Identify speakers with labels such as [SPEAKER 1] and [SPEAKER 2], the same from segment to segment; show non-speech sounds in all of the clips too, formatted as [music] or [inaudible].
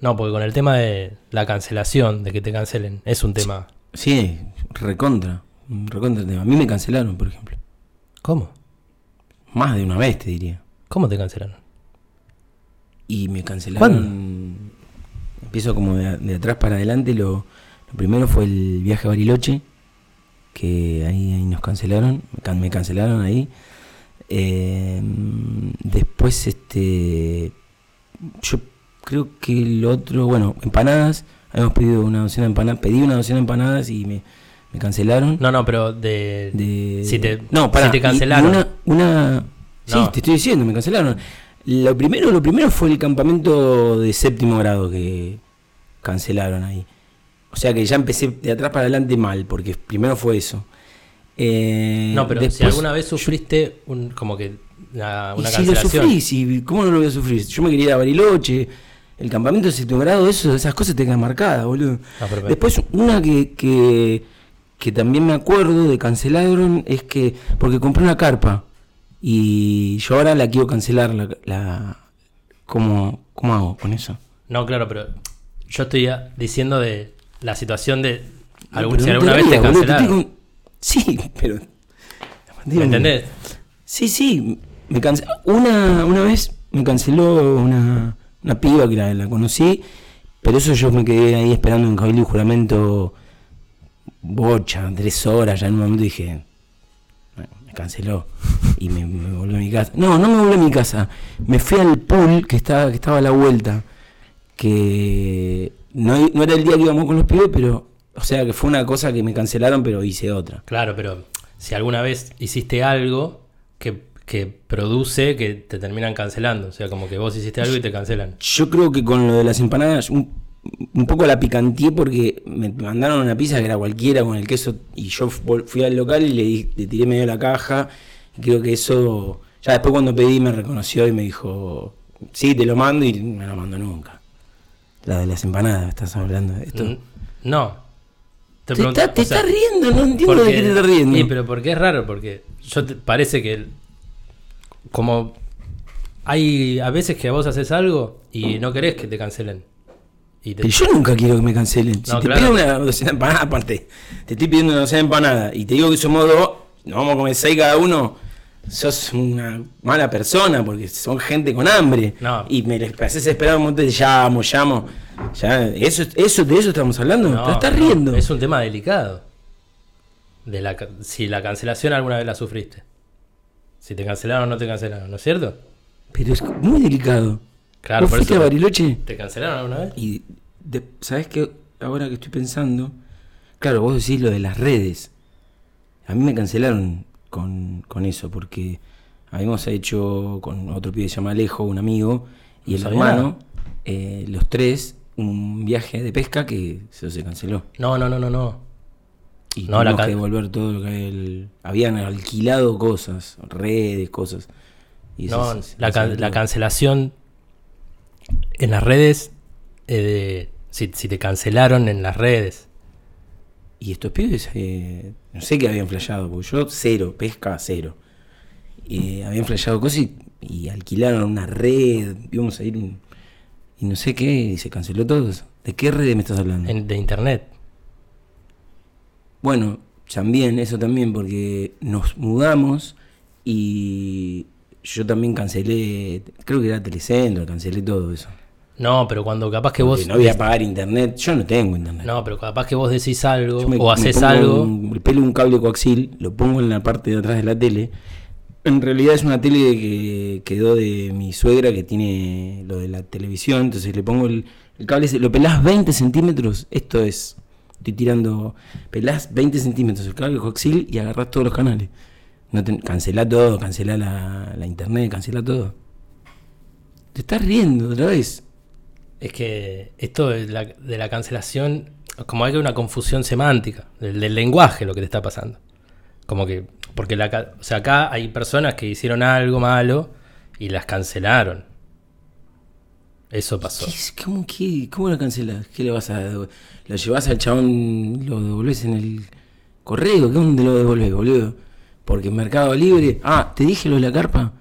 [SPEAKER 1] No, porque con el tema de la cancelación, de que te cancelen, es un tema.
[SPEAKER 2] Sí, recontra. Recontra tema. A mí me cancelaron, por ejemplo.
[SPEAKER 1] ¿Cómo?
[SPEAKER 2] Más de una vez, te diría.
[SPEAKER 1] ¿Cómo te cancelaron?
[SPEAKER 2] Y me cancelaron. Empiezo como de, a- de atrás para adelante. Lo, lo primero fue el viaje a Bariloche, que ahí, ahí nos cancelaron. Me, can- me cancelaron ahí. Eh, después, este. Yo creo que el otro. Bueno, empanadas. Habíamos pedido una docena de empanadas. Pedí una docena de empanadas y me, me cancelaron.
[SPEAKER 1] No, no, pero de.
[SPEAKER 2] De-
[SPEAKER 1] Si te,
[SPEAKER 2] no, pará,
[SPEAKER 1] si te
[SPEAKER 2] y- y
[SPEAKER 1] cancelaron.
[SPEAKER 2] Una, una- Sí,
[SPEAKER 1] No.
[SPEAKER 2] te estoy diciendo, me cancelaron. Lo primero, lo primero fue el campamento de séptimo grado que cancelaron ahí. O sea que ya empecé de atrás para adelante mal, porque primero fue eso. Eh,
[SPEAKER 1] no, pero si
[SPEAKER 2] después-
[SPEAKER 1] alguna vez sufriste un, como que una,
[SPEAKER 2] y
[SPEAKER 1] una
[SPEAKER 2] si lo
[SPEAKER 1] cancelación.
[SPEAKER 2] sufrí, si- ¿cómo no lo voy a sufrir? Yo me quería ir a Bariloche, el campamento de séptimo grado, eso, esas cosas te quedan marcadas, boludo.
[SPEAKER 1] Ah, perfecto.
[SPEAKER 2] Después una que, que, que también me acuerdo de cancelaron es que, porque compré una carpa y yo ahora la quiero cancelar, la, la- ¿cómo, ¿cómo hago con eso?
[SPEAKER 1] No, claro, pero yo estoy a- diciendo de la situación de. algún-
[SPEAKER 2] Ah, Pero
[SPEAKER 1] si
[SPEAKER 2] no
[SPEAKER 1] alguna
[SPEAKER 2] te
[SPEAKER 1] vez te
[SPEAKER 2] rías, boludo, te
[SPEAKER 1] cancelaron.
[SPEAKER 2] estoy con- Sí, pero...
[SPEAKER 1] ¿Me entendés?
[SPEAKER 2] Sí, sí. Me cance- una, una vez me canceló una, una piba que la, la conocí, pero eso yo me quedé ahí esperando en cabildo y juramento bocha, tres horas, ya en un momento dije, "Bueno, me canceló [laughs] y me, me volví a mi casa. No, no me volví a mi casa, me fui al pool que estaba, que estaba a la vuelta, que no, no era el día que íbamos con los pibes, pero, o sea, que fue una cosa que me cancelaron, pero hice otra.
[SPEAKER 1] Claro, pero si alguna vez hiciste algo que, que produce que te terminan cancelando. O sea, como que vos hiciste algo y te cancelan.
[SPEAKER 2] Yo creo que con lo de las empanadas, un, un poco la picanteé porque me mandaron una pizza que era cualquiera con el queso y yo vol- fui al local y le, di- le tiré medio la caja. Y creo que eso. Ya después cuando pedí me reconoció y me dijo, sí, te lo mando y no lo mando nunca. La de las empanadas, estás hablando de esto.
[SPEAKER 1] N- No.
[SPEAKER 2] Te,
[SPEAKER 1] Mm. pregunto-
[SPEAKER 2] está- te
[SPEAKER 1] o sea,
[SPEAKER 2] estás riendo, no entiendo de
[SPEAKER 1] porque-
[SPEAKER 2] qué te estás riendo.
[SPEAKER 1] Sí, pero porque es raro, porque yo te- parece que el- como hay a veces que vos haces algo y no querés que te cancelen. Y te-
[SPEAKER 2] Pero Eh, yo nunca quiero que me cancelen. Si
[SPEAKER 1] No,
[SPEAKER 2] te
[SPEAKER 1] claro.
[SPEAKER 2] pido una docena de empanadas, aparte, te estoy pidiendo una docena de empanadas y te digo que somos dos, nos vamos a comer seis cada uno, sos una mala persona porque son gente con hambre.
[SPEAKER 1] No.
[SPEAKER 2] Y me les haces esperar un montón de llamo, llamo. Ya, eso, eso, de eso estamos hablando.
[SPEAKER 1] No,
[SPEAKER 2] Te estás
[SPEAKER 1] no,
[SPEAKER 2] riendo.
[SPEAKER 1] Es un tema delicado. De la, ca- si la cancelación alguna vez la sufriste. Si te cancelaron o no te cancelaron, ¿no es cierto?
[SPEAKER 2] Pero es muy delicado.
[SPEAKER 1] Claro,
[SPEAKER 2] ¿Vos
[SPEAKER 1] por
[SPEAKER 2] fuiste
[SPEAKER 1] eso-
[SPEAKER 2] a Bariloche?
[SPEAKER 1] ¿Te cancelaron alguna vez?
[SPEAKER 2] Y de- sabes que ahora que estoy pensando, claro, vos decís lo de las redes. A mí me cancelaron con, con eso, porque habíamos hecho con otro pibe que se llama Alejo, un amigo, y
[SPEAKER 1] No
[SPEAKER 2] el
[SPEAKER 1] sabía
[SPEAKER 2] hermano,
[SPEAKER 1] nada.
[SPEAKER 2] eh, los tres, un viaje de pesca que se, se canceló.
[SPEAKER 1] No, no, no, no, no.
[SPEAKER 2] Y
[SPEAKER 1] No, la
[SPEAKER 2] tuvimos
[SPEAKER 1] can-
[SPEAKER 2] que devolver todo lo que el- habían alquilado cosas, redes, cosas. Y eso
[SPEAKER 1] No,
[SPEAKER 2] se- se
[SPEAKER 1] la, can-
[SPEAKER 2] canceló
[SPEAKER 1] la
[SPEAKER 2] todo.
[SPEAKER 1] cancelación en las redes, eh, de- si, si te cancelaron en las redes.
[SPEAKER 2] Y estos pibes, eh, no sé qué habían flasheado, porque yo cero, pesca cero. Eh, habían flasheado cosas y, y alquilaron una red, íbamos a ir un- y no sé qué, y se canceló todo eso. ¿De qué red me estás hablando?
[SPEAKER 1] en- de internet.
[SPEAKER 2] Bueno, también, eso también, porque nos mudamos y yo también cancelé, creo que era Telecentro, cancelé todo eso.
[SPEAKER 1] No, pero cuando capaz que
[SPEAKER 2] Porque
[SPEAKER 1] vos.
[SPEAKER 2] no voy a pagar internet, yo no tengo internet.
[SPEAKER 1] No, pero capaz que vos decís algo
[SPEAKER 2] Yo me-
[SPEAKER 1] o
[SPEAKER 2] me
[SPEAKER 1] haces
[SPEAKER 2] pongo
[SPEAKER 1] algo.
[SPEAKER 2] un- el pelo un cable coaxil, lo pongo en la parte de atrás de la tele. En realidad es una tele que quedó de mi suegra que tiene lo de la televisión, entonces le pongo el, el cable, ese, lo pelás 20 centímetros, esto es, estoy tirando, pelás 20 centímetros el cable coaxil y agarrás todos los canales. No te- cancelá todo, cancelá la, la internet, cancelá todo. Te estás riendo otra vez.
[SPEAKER 1] Es que esto de la, de la cancelación, como hay una confusión semántica, del, del lenguaje lo que te está pasando. Como que, porque la, ca- o sea, acá hay personas que hicieron algo malo y las cancelaron. Eso pasó.
[SPEAKER 2] ¿Qué es? ¿Cómo, qué? ¿Cómo la cancelas? ¿Qué le vas a devolver? ¿Lo llevas al chabón lo devolvés en el correo? ¿Qué dónde lo devolvés, boludo? Porque en Mercado Libre. Ah, te dije lo de la carpa.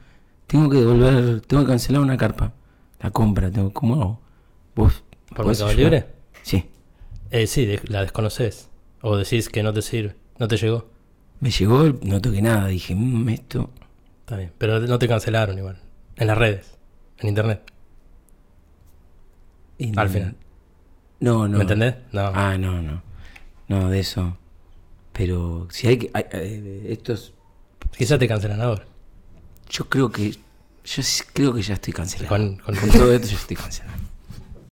[SPEAKER 2] Tengo que devolver. Tengo que cancelar una carpa. La compra, tengo, ¿cómo hago? Vos
[SPEAKER 1] ¿Por
[SPEAKER 2] ¿Podés
[SPEAKER 1] Mercado
[SPEAKER 2] ayudar?
[SPEAKER 1] Libre?
[SPEAKER 2] Sí.
[SPEAKER 1] Eh, sí, de- la desconoces. O decís que no te sirve, no te llegó.
[SPEAKER 2] Me llegó, no toqué nada. Dije, "Mm, esto.
[SPEAKER 1] Está bien. Pero no te cancelaron igual. En las redes, en internet.
[SPEAKER 2] Y
[SPEAKER 1] Al
[SPEAKER 2] no-
[SPEAKER 1] final.
[SPEAKER 2] No, no.
[SPEAKER 1] ¿Me entendés? No.
[SPEAKER 2] Ah, no, no. No, de eso. Pero si hay que. hay- eh, estos.
[SPEAKER 1] Quizás te cancelan ahora.
[SPEAKER 2] Yo creo que. Yo sí creo que ya estoy cancelado.
[SPEAKER 1] Con, con-
[SPEAKER 2] [laughs] Con todo esto ya estoy cancelado.